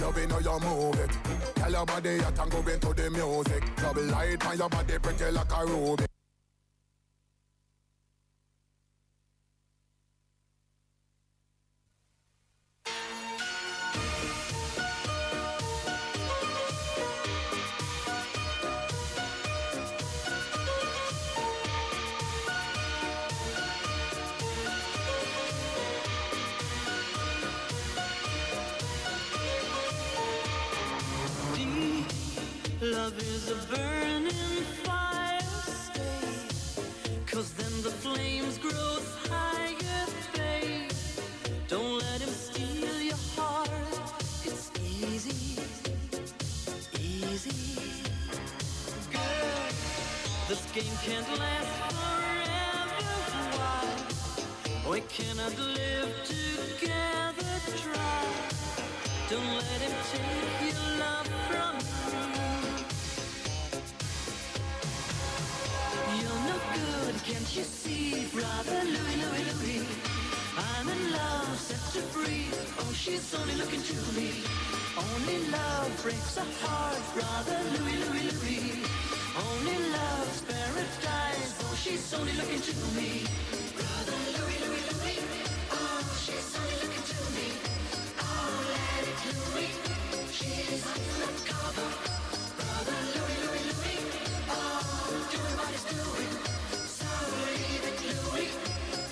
loving how you move it. Tell your body you're going to the music. Trouble light on your body pretty like a ruby. Love is a burning fire, stay. Cause then the flames grow higher, babe. Don't let him steal your heart. It's easy, easy. Girl, this game can't last forever. Why? We cannot live together, try. Don't let him take your love from you. You're no good, can't you see, brother Louie, Louie, Louie? I'm in love, set to free. Oh, she's only looking to me. Only love breaks a heart, brother Louie, Louie, Louie. Only love's paradise. Oh, she's only looking to me. Brother Louie, Louie, Louie. Oh, she's only looking to me. Oh, let it Louie. She's under cover. Brother Louie, Louie, Louie. Oh, doing what it's doing. So leave it, Louie.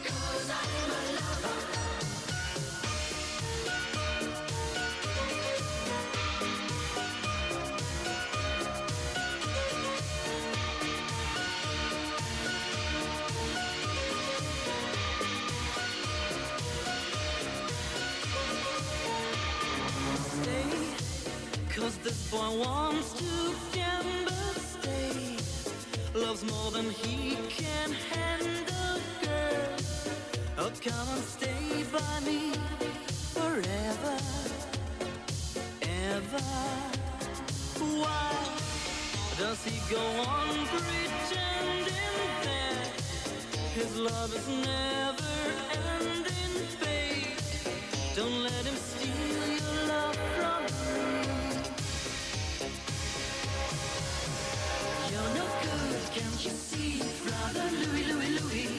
Cause I'm a lover. stay Cause this boy wants to gamble stay Loves more than he can handle girl Oh come and stay by me forever Ever Why does he go on pretending that His love is never ending babe don't let him steal your love from me. You're no good, can't you see, brother Louie, Louie, Louie?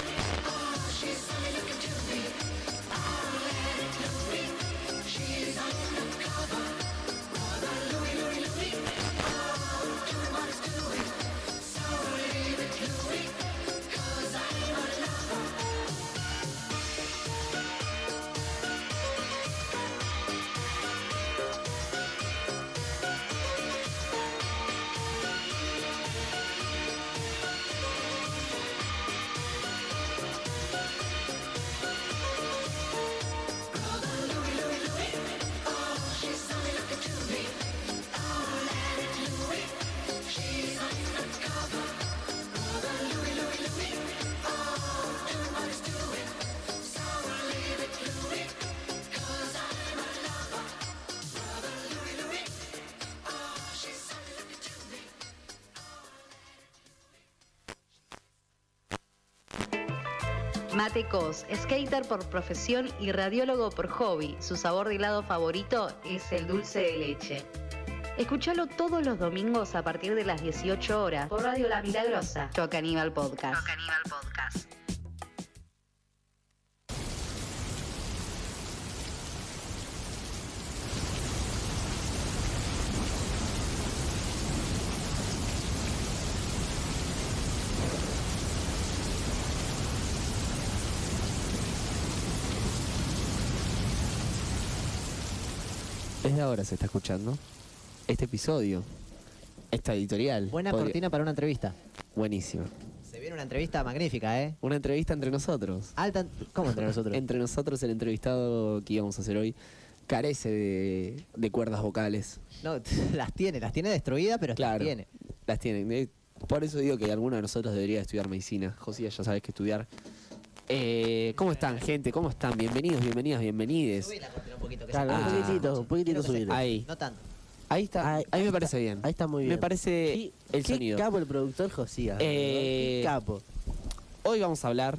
Oh, she's only looking to me. Oh, let it Louie. She's undercover. Brother Louie, Louie, Louie. Oh, doing what it's doing. So leave it, Louie. Cause I'm a lover. Brother Louie, Louie, Louie. Oh, she's only looking to me. Oh, let it Louie. She's undercover. Brother Louie, Louie, Louie. Oh, doing what it's doing. So leave it, Louie. Cause I'm a lover. Brother Louie, Louie. Oh, she's only looking to me. Mate Cos, skater por profesión y radiólogo por hobby. Su sabor de helado favorito es el dulce de leche. Escúchalo todos los domingos a partir de las 18 horas por Radio La Milagrosa. Toca Aníbal Podcast. Podcast. Desde ahora se está escuchando este episodio, esta editorial. Buena Podría- cortina para una entrevista. Buenísimo. Se viene una entrevista magnífica, ¿eh? Una entrevista entre nosotros. Alta. ¿Cómo entre nosotros? Entre nosotros, el entrevistado que íbamos a hacer hoy carece de, de cuerdas vocales. No, las tiene, las tiene destruidas, pero Claro. las tiene. Las tienen. Eh, Por eso digo que alguno de nosotros debería estudiar medicina. Josía, ya sabes que estudiar Eh, ¿Cómo están, gente? ¿Cómo están? Bienvenidos, bienvenidas, bienvenides. Subila, cortina, un poquito. Que Claro, se- Ah, un poquitito, un poquitito Creo que se- subir. Ahí. No tanto. Ahí está. Ahí, Ahí- me ahí parece está- bien. Ahí está muy bien. Me parece Qué- el qué sonido. capo el productor Josías. ¿no? Eh, Qué capo. Hoy vamos a hablar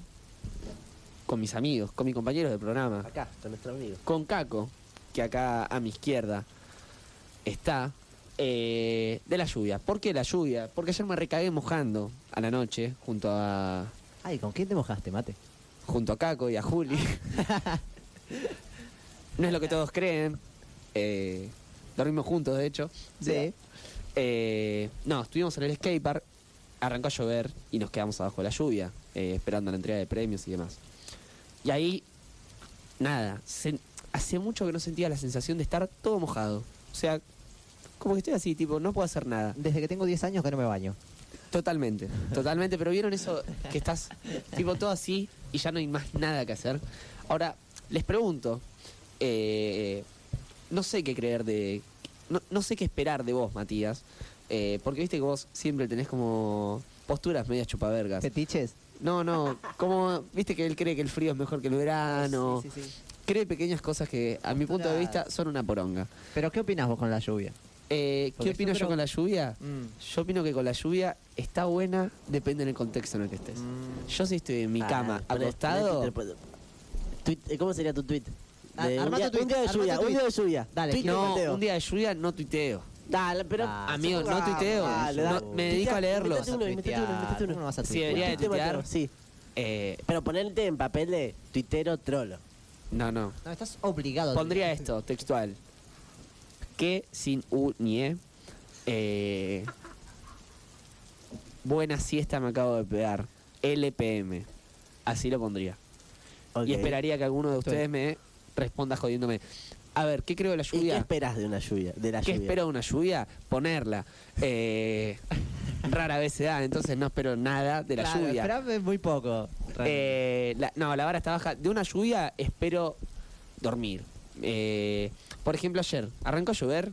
con mis amigos, con mis compañeros del programa, Acá, con nuestro amigo. con Caco, que acá a mi izquierda está, eh, de la lluvia. ¿Por qué la lluvia? Porque ayer me recagué mojando a la noche junto a Ay, ¿con quién te mojaste, mate? junto a Caco y a Juli. no es lo que todos creen. Eh, dormimos juntos, de hecho. Sí. Eh, no, estuvimos en el skatepark, arrancó a llover y nos quedamos abajo de la lluvia, eh, esperando la entrega de premios y demás. Y ahí, nada, sen- hacía mucho que no sentía la sensación de estar todo mojado. O sea, como que estoy así, tipo, no puedo hacer nada. Desde que tengo 10 años que no me baño. Totalmente, totalmente. Pero vieron eso que estás tipo todo así y ya no hay más nada que hacer. Ahora, les pregunto, eh, no sé qué creer de. No, no sé qué esperar de vos, Matías. eh, porque viste que vos siempre tenés como posturas medias chupavergas. ¿Fetiches? No, no, como. Viste que él cree que el frío es mejor que el verano. Sí, sí, sí. Cree pequeñas cosas que, a mi punto de vista, son una poronga. Pero ¿qué opinas vos con la lluvia? Eh, ¿Qué Porque yo opino yo, creo- con la lluvia? Yo opino que con la lluvia está buena, depende del contexto en el que estés. Yo si estoy en mi Ah, cama, poné- acostado, poné Twitter, poné- tuit- eh, ¿Cómo sería tu tweet? Ah, un, armá día, tu tuit, un día de armá lluvia, tu un tuit. día de lluvia. Dale, Tuit de no, tuiteo. un día de lluvia no tuiteo. Dale, pero. Ah, Amigo, no tuiteo. dale, dale. No, me dedico a leerlos. Inventate uno, inventate uno, inventate uno. No vas a Sí, tuitear. debería de Tuiteo, tuitear. Mateo, Sí, Eh, pero ponerte en papel de tuitero trolo. no, no. No, estás obligado. a Pondría tuitear. esto, textual. Que sin U ni E. eh, buena siesta me acabo de pegar. LPM. Así lo pondría. Ok. Y esperaría que alguno de ustedes me responda jodiéndome. A ver, ¿qué creo de la ¿Y qué lluvia? esperas de una lluvia? De la ¿Qué lluvia. espero de una lluvia? Ponerla. Eh, rara vez se da, entonces no espero nada de la Claro, lluvia. esperame muy poco. realmente. Eh, la- no, la vara está baja. De una lluvia espero dormir. Eh, por ejemplo, ayer arrancó a llover.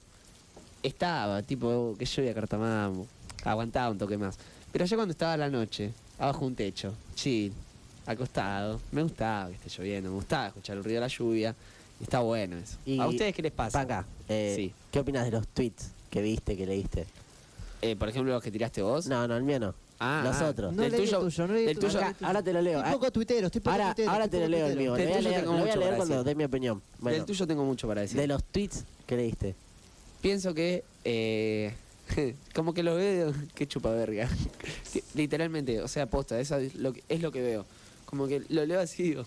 Estaba, tipo, que lluvia cartamamo. Aguantaba un toque más. Pero ayer cuando estaba a la noche, abajo de un techo, chill, acostado, me gustaba que esté lloviendo, me gustaba escuchar el ruido de la lluvia. y está bueno eso. Y- ¿A ustedes qué les pasa? Paca, eh, Sí. ¿qué opinas de los tweets que viste, que leíste? Eh, por ejemplo, los que tiraste vos. No, no, el mío no. Ah, los ah. otros. No del leí el tuyo- tuyo, no leí el del tuyo. tuyo- Acá, ahora te lo leo. Estoy Ah, poco tuitero, estoy poco Ahora, tuitero. ahora estoy te lo poco leo el tuitero. mío. Del Lo voy a tuyo leer, tengo lo voy a mucho leer para cuando decir. dé mi opinión. Del Bueno, tuyo tengo mucho para decir. de los tweets que leíste. Pienso que. eh, como que lo veo. Qué chupa verga. Literalmente, o sea, posta, esa es, lo que, es lo que veo. Como que lo leo así digo.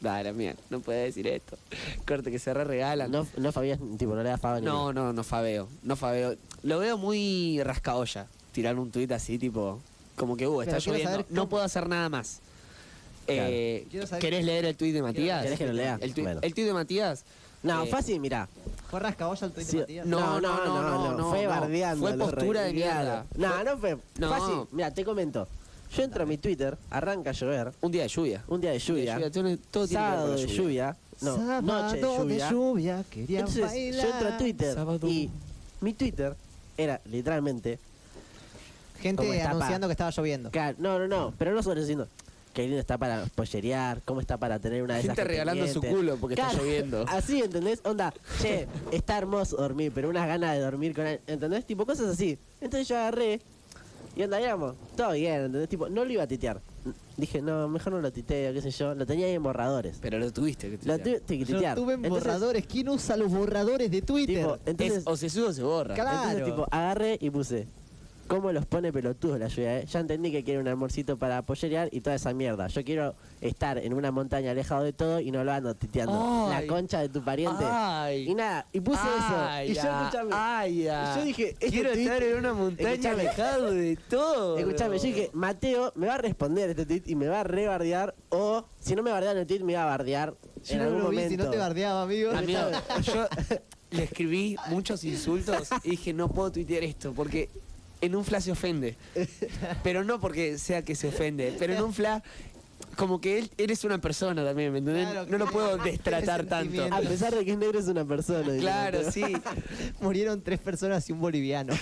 Dale, mía, no puedes decir esto. Corte que se re regalan. No, no Fabián, tipo, no le das Fabián. no, no, no fabeo. No fabeo. Lo veo muy rascaolla. Tirar un tuit así, tipo. Como que, uh, está Pero quiero lloviendo. saber No cómo- puedo hacer nada más. Claro. Eh, Quiero saber- ¿Querés leer el tuit de Matías? ¿Querés que lo lea? El tuit, Bueno. el tuit de Matías. No, eh, fácil, mirá. Fue rascaboya el tuit de Sí, Matías. No, no, no, no, no, Fue no. bardeando. Fue lo postura de reivindicado. mierda. No, no fue. No. Fácil. Mira, te comento. Yo entro a mi Twitter, arranca a llover, Un día de lluvia. un día de lluvia, Todo- todo tiene que ver con sábado la de lluvia, no, Sábado noche de lluvia. de lluvia, quería Entonces, bailar. yo entro a Twitter Sábado. y mi Twitter era literalmente. ¿Cómo Gente está, pa? anunciando que estaba lloviendo. ca- No, no, no, pero no solo diciendo. Qué lindo está para pollerear, cómo está para tener una de esas Gente que te regalando su mienten. culo porque está lloviendo. Así, ¿entendés? Onda, che, está hermoso dormir, pero unas ganas de dormir con alguien, ¿entendés? Tipo cosas así. Entonces yo agarré y onda, digamos, todo bien, ¿entendés? Tipo, no lo iba a titear. Dije, no, mejor no lo titeo, qué sé yo. Lo tenía ahí en borradores. Pero lo tuviste. Que te Lo sea. tuve que Yo titear. estuve en Entonces, borradores. ¿Quién usa los borradores de Twitter? Tipo, entonces, Es- o se sube o se borra. Cada- entonces, claro. tipo, agarré y puse. ¿Cómo los pone pelotudos la lluvia? eh? Ya entendí que quiero un amorcito para pollerear y toda esa mierda. Yo quiero estar en una montaña alejado de todo y no lo ando titeando. Ay. La concha de tu pariente. Ay. Y nada, y puse Ay, eso. Y yo, ya, escuchame. ay, ya. y yo dije, este quiero tuit- estar en una montaña Escuchame. alejado de todo. Escuchame, yo dije, Mateo me va a responder este tweet y me va a rebardear. O si no me bardeaba en el tweet, me iba a bardear. Yo en no algún lo vi, momento. si no te bardeaba, amigo. Amigo, yo le escribí muchos insultos y dije, no puedo tuitear esto porque en un flash se ofende. Pero no porque sea que se ofende, pero en un flash... Como que él, eres una persona también, ¿me entendés? Claro, no lo claro. puedo destratar tanto. sentimiento. A pesar de que es negro, es una persona. dice Claro, Mateo. sí. Murieron tres personas y un boliviano.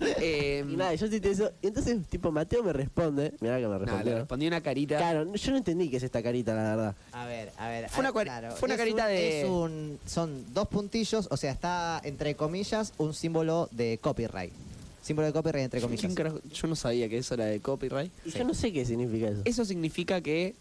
eh, Y nada, yo sí te eso. Y entonces, tipo, Mateo me responde. Mirá que me nada, le respondió. respondí una carita. claro, no- yo no entendí qué es esta carita, la verdad. A ver, a ver. Fue una ah, cuar- fue una es carita un- de- es un- son dos puntillos, o sea, está entre comillas un símbolo de copyright. Símbolo de copyright entre comillas. ¿Quién carajo? Yo no sabía que eso era de copyright. Y yo no sé qué significa eso. Eso significa que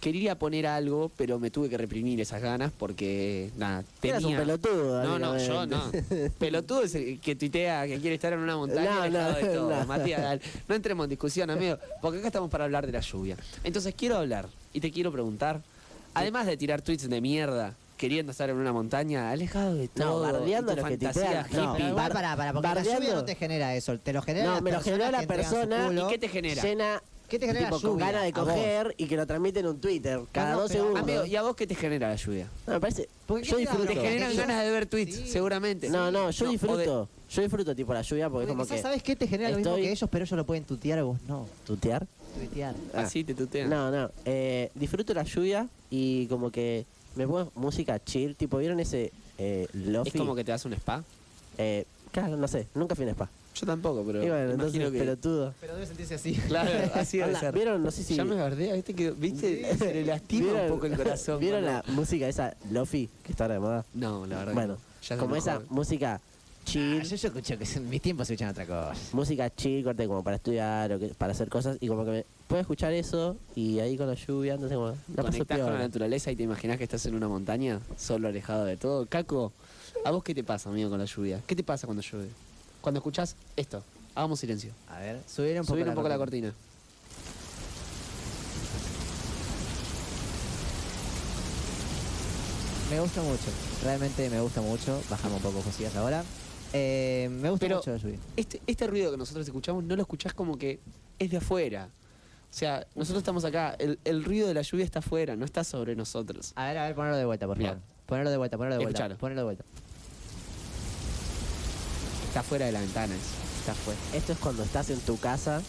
quería poner algo, pero me tuve que reprimir esas ganas porque, nada, tenía... Eras un pelotudo, No, no, amigo, yo eh. no. Pelotudo es el que tuitea que quiere estar en una montaña No, alejado no, de todo. no. Matías, dale. no entremos en discusión, amigo, porque acá estamos para hablar de la lluvia. Entonces quiero hablar y te quiero preguntar, además de tirar tweets de mierda, queriendo estar en una montaña, alejado de No, todo, y tu bardeando a los que fantasía tuitean, no. Pero hippie. igual Bar- pará, pará, porque la lluvia bardeando. no te genera eso, te lo genera No, las me lo personas generó la que entregan su persona. culo. ¿Y qué te genera? Llena. ¿Qué te genera tipo, la con lluvia? ganas de A vos. coger y que lo transmiten en un Twitter cada no, dos pero- segundos. Amigo, ¿y a vos qué te genera la lluvia? No, me parece. ¿Por qué te yo da disfruto. Te bronca? generan Ellos- ganas de ver tweets, Sí. seguramente. No, no, yo o disfruto. de- Yo disfruto, tipo, la lluvia porque Porque es como quizás que. sabes qué te genera lo mismo estoy- que ellos, pero ellos lo pueden tutear, vos no. ¿Tutear? Tuitear. Ah. Así te tutean. No, no. eh, disfruto la lluvia y como que me pongo música chill. Tipo, ¿vieron ese eh, lofi? Es como que te das un spa. Eh, claro, no sé. Nunca fui a un spa. Yo tampoco, pero Y bueno, imagino entonces, que... pelotudo. Pero debe sentirse así. Claro, así debe Hola, ser. ¿Vieron? No sé si... Ya me bardea, ¿viste? Que, ¿Viste? Se le lastima un ¿Vieron- poco el corazón. ¿Vieron la cuando- música esa lofi que está ahora de moda? No, la verdad que Bueno, no. Ya se como me Ah, esa jode. música chill, yo, yo escuché que en mis tiempos se escuchan otra cosa. música chill, corte como para estudiar o que- para hacer cosas y como que me puedo escuchar eso y ahí con la lluvia, entonces como la paso Conectás con la peor. naturaleza y te imaginás que estás en una montaña, solo alejado de todo. Caco, ¿a vos qué te pasa, amigo, con la lluvia? ¿Qué te pasa cuando llueve? Cuando escuchás esto, hagamos silencio. A ver, subir un poco, Subir un poco la cortina. Me gusta mucho, realmente me gusta mucho. Bajamos un poco cosillas ahora. Eh, me gusta Pero- mucho la lluvia. Este, este ruido que nosotros escuchamos no lo escuchás como que es de afuera. O sea, nosotros estamos acá, el, el ruido de la lluvia está afuera, no está sobre nosotros. A ver, a ver, ponerlo de vuelta, por Mirá. favor. Ponerlo de vuelta, ponerlo de vuelta. Escuchalo. Ponerlo de vuelta. Está fuera de la ventana, eso, está afuera. Esto es cuando estás en tu casa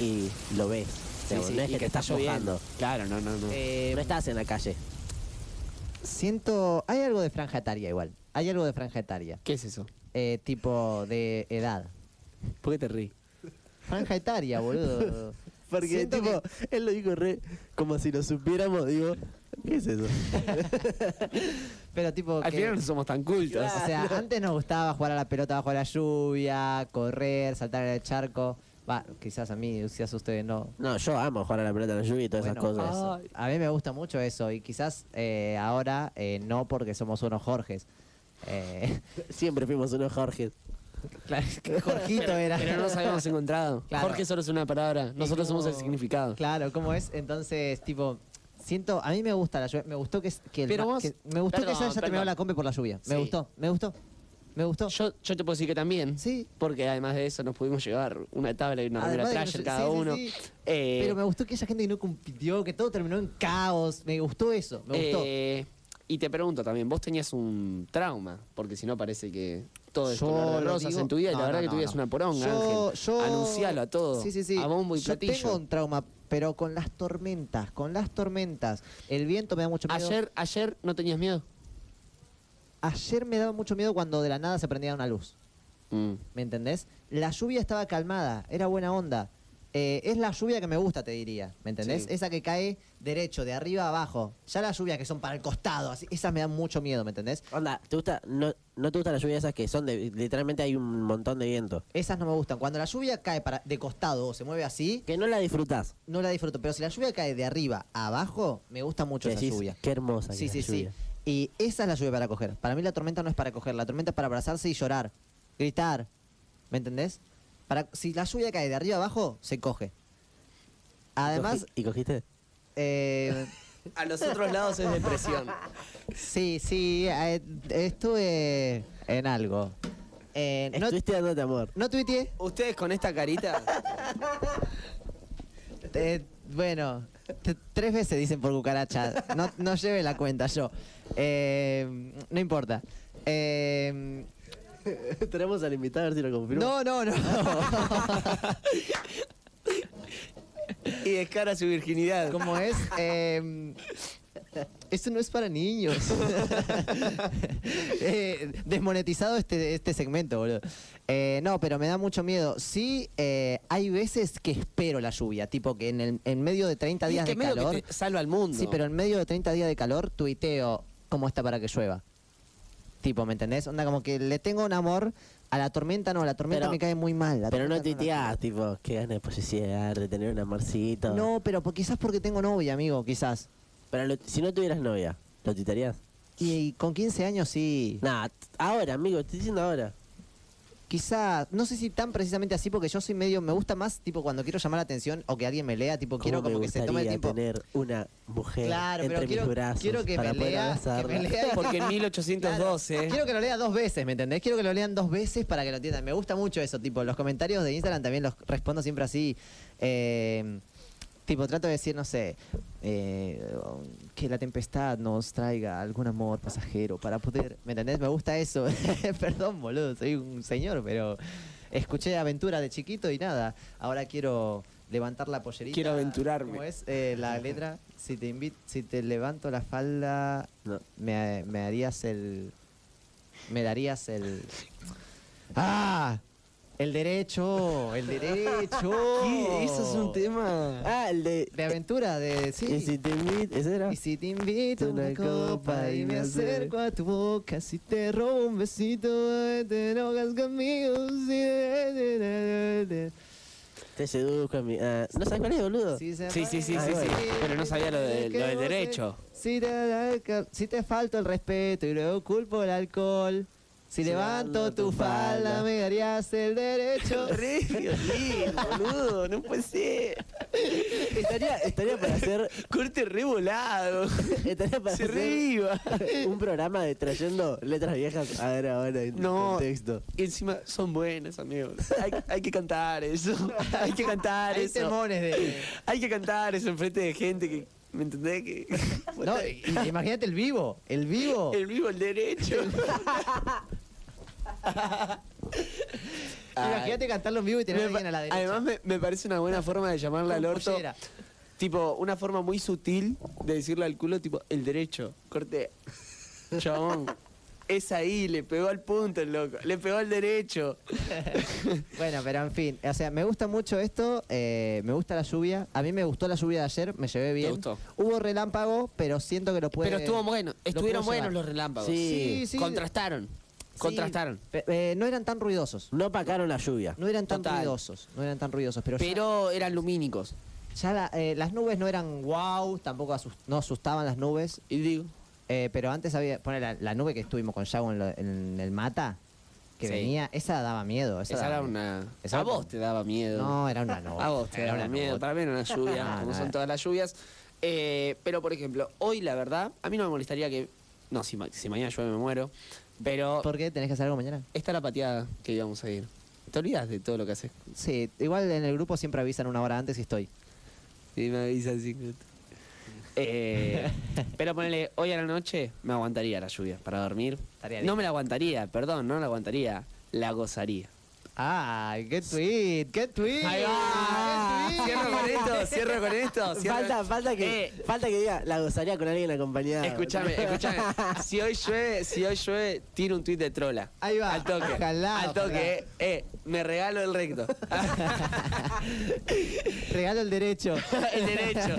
y lo ves. Sí, Digamos, sí, no es y que, te está estás mojando. Claro, no, no, no. Eh, no estás en la calle. siento. Hay algo de franja etaria igual. Hay algo de franja etaria. ¿Qué es eso? Eh, tipo de edad. ¿Por qué te ríes? Franja etaria, boludo. Siento que- él lo dijo re como si lo supiéramos, digo, ¿qué es eso? Pero tipo. Al que- final no somos tan cultos. O sea, antes nos gustaba jugar a la pelota bajo la lluvia, correr, saltar en el charco. Va, quizás a mí, quizás a ustedes no. No, yo amo jugar a la pelota en la lluvia y todas esas Bueno, ah. cosas. eso. A mí me gusta mucho eso y quizás eh, ahora eh, no porque somos unos Jorges. Eh, Siempre fuimos unos Jorge. claro, es que Jorgito era. Pero no nos habíamos encontrado. Claro. Jorge solo es una palabra, nosotros como- somos el significado. Claro, ¿cómo es? Entonces, tipo, siento, a mí me gusta la lluvia, me gustó que, que, el Pero ma- vos- que- me gustó perdón, que se haya terminado perdón. la combi por la lluvia. Me Sí. gustó, me gustó, me gustó. Yo, yo te puedo decir que también, Sí. porque además de eso nos pudimos llevar una tabla y una Además remera de Trasher que nos- cada sí, sí, uno. sí. Eh, Pero me gustó que haya gente que no compitió, que todo terminó en caos. Me gustó eso, me gustó. eh, y te pregunto también, vos tenías un trauma, porque si no parece que todo es Yo color de lo rosas digo- en tu vida y no, la verdad no, que no, tu vida es no. una poronga, Yo- Ángel. yo- Anuncialo a todo, Sí, sí, sí. a bombo y yo platillo. tengo un trauma, pero con las tormentas, con las tormentas. El viento me da mucho miedo. Ayer, ayer no tenías miedo. Ayer me daba mucho miedo cuando de la nada se prendía una luz. Mm. ¿Me entendés? La lluvia estaba calmada, era buena onda. Eh, es la lluvia que me gusta, te diría. ¿Me entendés? Sí. Esa que cae derecho, de arriba a abajo. Ya las lluvias que son para el costado, así, esas me dan mucho miedo, ¿me entendés? Onda, ¿te gusta, no, ¿no te gustan las lluvias esas que son de, literalmente hay un montón de viento? Esas no me gustan. Cuando la lluvia cae para, de costado o se mueve así, Que no la disfrutás. no la disfruto. Pero si la lluvia cae de arriba a abajo, me gusta mucho Que esa decís, lluvia. Qué hermosa. Sí, sí, sí. Y esa es la lluvia para coger. Para mí la tormenta no es para coger, la tormenta es para abrazarse y llorar, gritar. ¿Me entendés? Para, si la lluvia cae de arriba abajo, se coge. Además, ¿Y cogiste? eh, A los otros lados es depresión. sí, sí, eh, estuve en algo. Eh, no, Estuviste dándote amor. no tuiteé. Ustedes con esta carita, Eh, bueno, t- tres veces dicen por cucaracha. No, no lleve la cuenta yo. Eh, no importa. Eh, Tenemos al invitado a ver si lo confirmo. no, no, no. y descara su virginidad. ¿Cómo es? Eh, Eso no es para niños. Eh, desmonetizado este, este segmento, boludo. Eh, no, pero me da mucho miedo. Sí, eh, hay veces que espero la lluvia, tipo que en, el, en medio de 30 Y días que de medio que calor. te salva al mundo. Sí, pero en medio de 30 días de calor, tuiteo cómo está para que llueva. Tipo, ¿me entendés? Onda como que le tengo un amor a la tormenta, no, la tormenta Pero- me cae muy mal. la Pero no tormenta la- tuiteás, tipo, qué ganas de posesionar, de tener un amorcito. No, pero po- quizás porque tengo novia, amigo, quizás. Pero lo- si no tuvieras novia, ¿lo tuitearías? Y, y con 15 años sí. Nah, t- ahora, amigo, estoy diciendo ahora. Quizás, no sé si tan precisamente así, porque yo soy medio, me gusta más, tipo, cuando quiero llamar la atención o que alguien me lea, tipo, ¿Cómo quiero me como que se tome el tiempo. gustaría tener una mujer Claro, entre pero mis quiero, brazos quiero que para me poder lea, que abrazarla. me lea y- Porque en 1812. Claro. Quiero que lo lea dos veces, ¿me entendés? Quiero que lo lean dos veces para que lo entiendan. Me gusta mucho eso, tipo, los comentarios de Instagram también los respondo siempre así. eh, tipo, trato de decir, no sé, eh, que la tempestad nos traiga algún amor pasajero para poder, ¿me entendés? Me gusta eso. Perdón, boludo, soy un señor, pero escuché aventura de chiquito y nada. Ahora quiero levantar la pollerita. Quiero aventurarme. ¿Cómo es eh, la letra? Si te, invito, si te levanto la falda, No. me, me harías el. Me darías el. ¡Ah! El derecho, el derecho. Eh, tema. Ah, el de. Oh. De aventura, de. Y si Sí. te invito, ¿ese era? Y si te invito a una copa y me acerco a tu boca, si te robo un besito, te enojas conmigo. Si, Te seduzco a mi. ah, ¿No sabes cuál es, boludo? si se Sí, sí, sí, apaga sí, la sí. luz, Pero no sabía lo de- que lo del vos te- derecho. Si te, si te falto el respeto y luego culpo el alcohol. Si Si levanto levanto tu tu falda, falda. me darías el derecho. boludo, no puede ser. Estaría, estaría para hacer. Corte revolado. Estaría para hacer un programa de trayendo letras viejas. A ver, ahora, en No. contexto. Y encima son buenas, amigos. Hay, hay que cantar eso. Hay que cantar Hay eso. temones de. Hay que cantar eso enfrente de gente que. ¿Me entendés? Que, No, i- imagínate el vivo. El vivo. el vivo el derecho. Imagínate cantarlo en vivo y tener a Me pa- alguien a la derecha. Además, me, me parece una buena forma de llamarle al Con orto. pollera. Tipo, una forma muy sutil de decirle al culo, tipo, el derecho. Corte. Chabón. Es ahí, le pegó al punto el loco. Le pegó al derecho. Bueno, pero en fin, o sea, me gusta mucho esto, eh, me gusta la lluvia. A mí me gustó la lluvia de ayer, me llevé bien. gustó? Hubo relámpago, pero siento que lo puede. bueno. Pues, lo puedo llevar. relámpagos. Sí, sí. Contrastaron. Sí, pe- eh, no eran tan ruidosos. No opacaron la lluvia. No eran tan Total. ruidosos, no eran tan ruidosos, pero, ya- eran lumínicos. ya, la- eh, las nubes no eran wow, tampoco asus- no asustaban las nubes, Y digo. eh, pero antes había, poner la, la nube que estuvimos con Yago en, lo- en el mata, que Sí. venía, esa daba miedo. Esa, Esa era daba miedo. una. Esa a era- vos te daba miedo. No, era una nube. A vos te era daba una miedo. nube. Para mí era una lluvia, No, como no, son no. todas las lluvias. Eh, pero, por ejemplo, hoy la verdad, a mí no me molestaría que. No, si, ma- si mañana llueve me muero. Pero ¿Por qué? ¿Tenés que hacer algo mañana? esta es la pateada que íbamos a ir. Te olvidas de todo lo que haces. Sí, igual en el grupo siempre avisan una hora antes y estoy. Y me avisan cinco minutos. Eh, pero ponele, hoy a la noche me aguantaría la lluvia para dormir. Estaría No bien. me la aguantaría, perdón, no la aguantaría. La gozaría. ¡Ay, qué tweet! ¡Qué tweet! Ahí va. ¡Qué Cierro con tweet! esto, cierro con esto. cierro- Falta, falta que. Eh, Falta que diga, la gozaría con alguien acompañado. Escúchame, escúchame. Si hoy llueve, si hoy llueve, tiro un tuit de trola. Ahí va. Al toque. Ojalá, al toque, eh. Eh, me regalo el recto. Regalo el derecho. el derecho.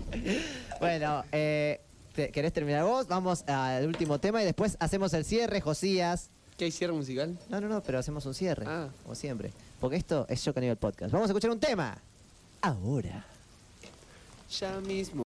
bueno, eh, te- ¿querés terminar vos? Vamos al último tema y después hacemos el cierre, Josías. ¿Qué hay cierre musical? No, no, no, pero hacemos un cierre, Ah. como siempre. Porque esto es Yo Caníbal Podcast. Vamos a escuchar un tema. Ahora. Ya mismo.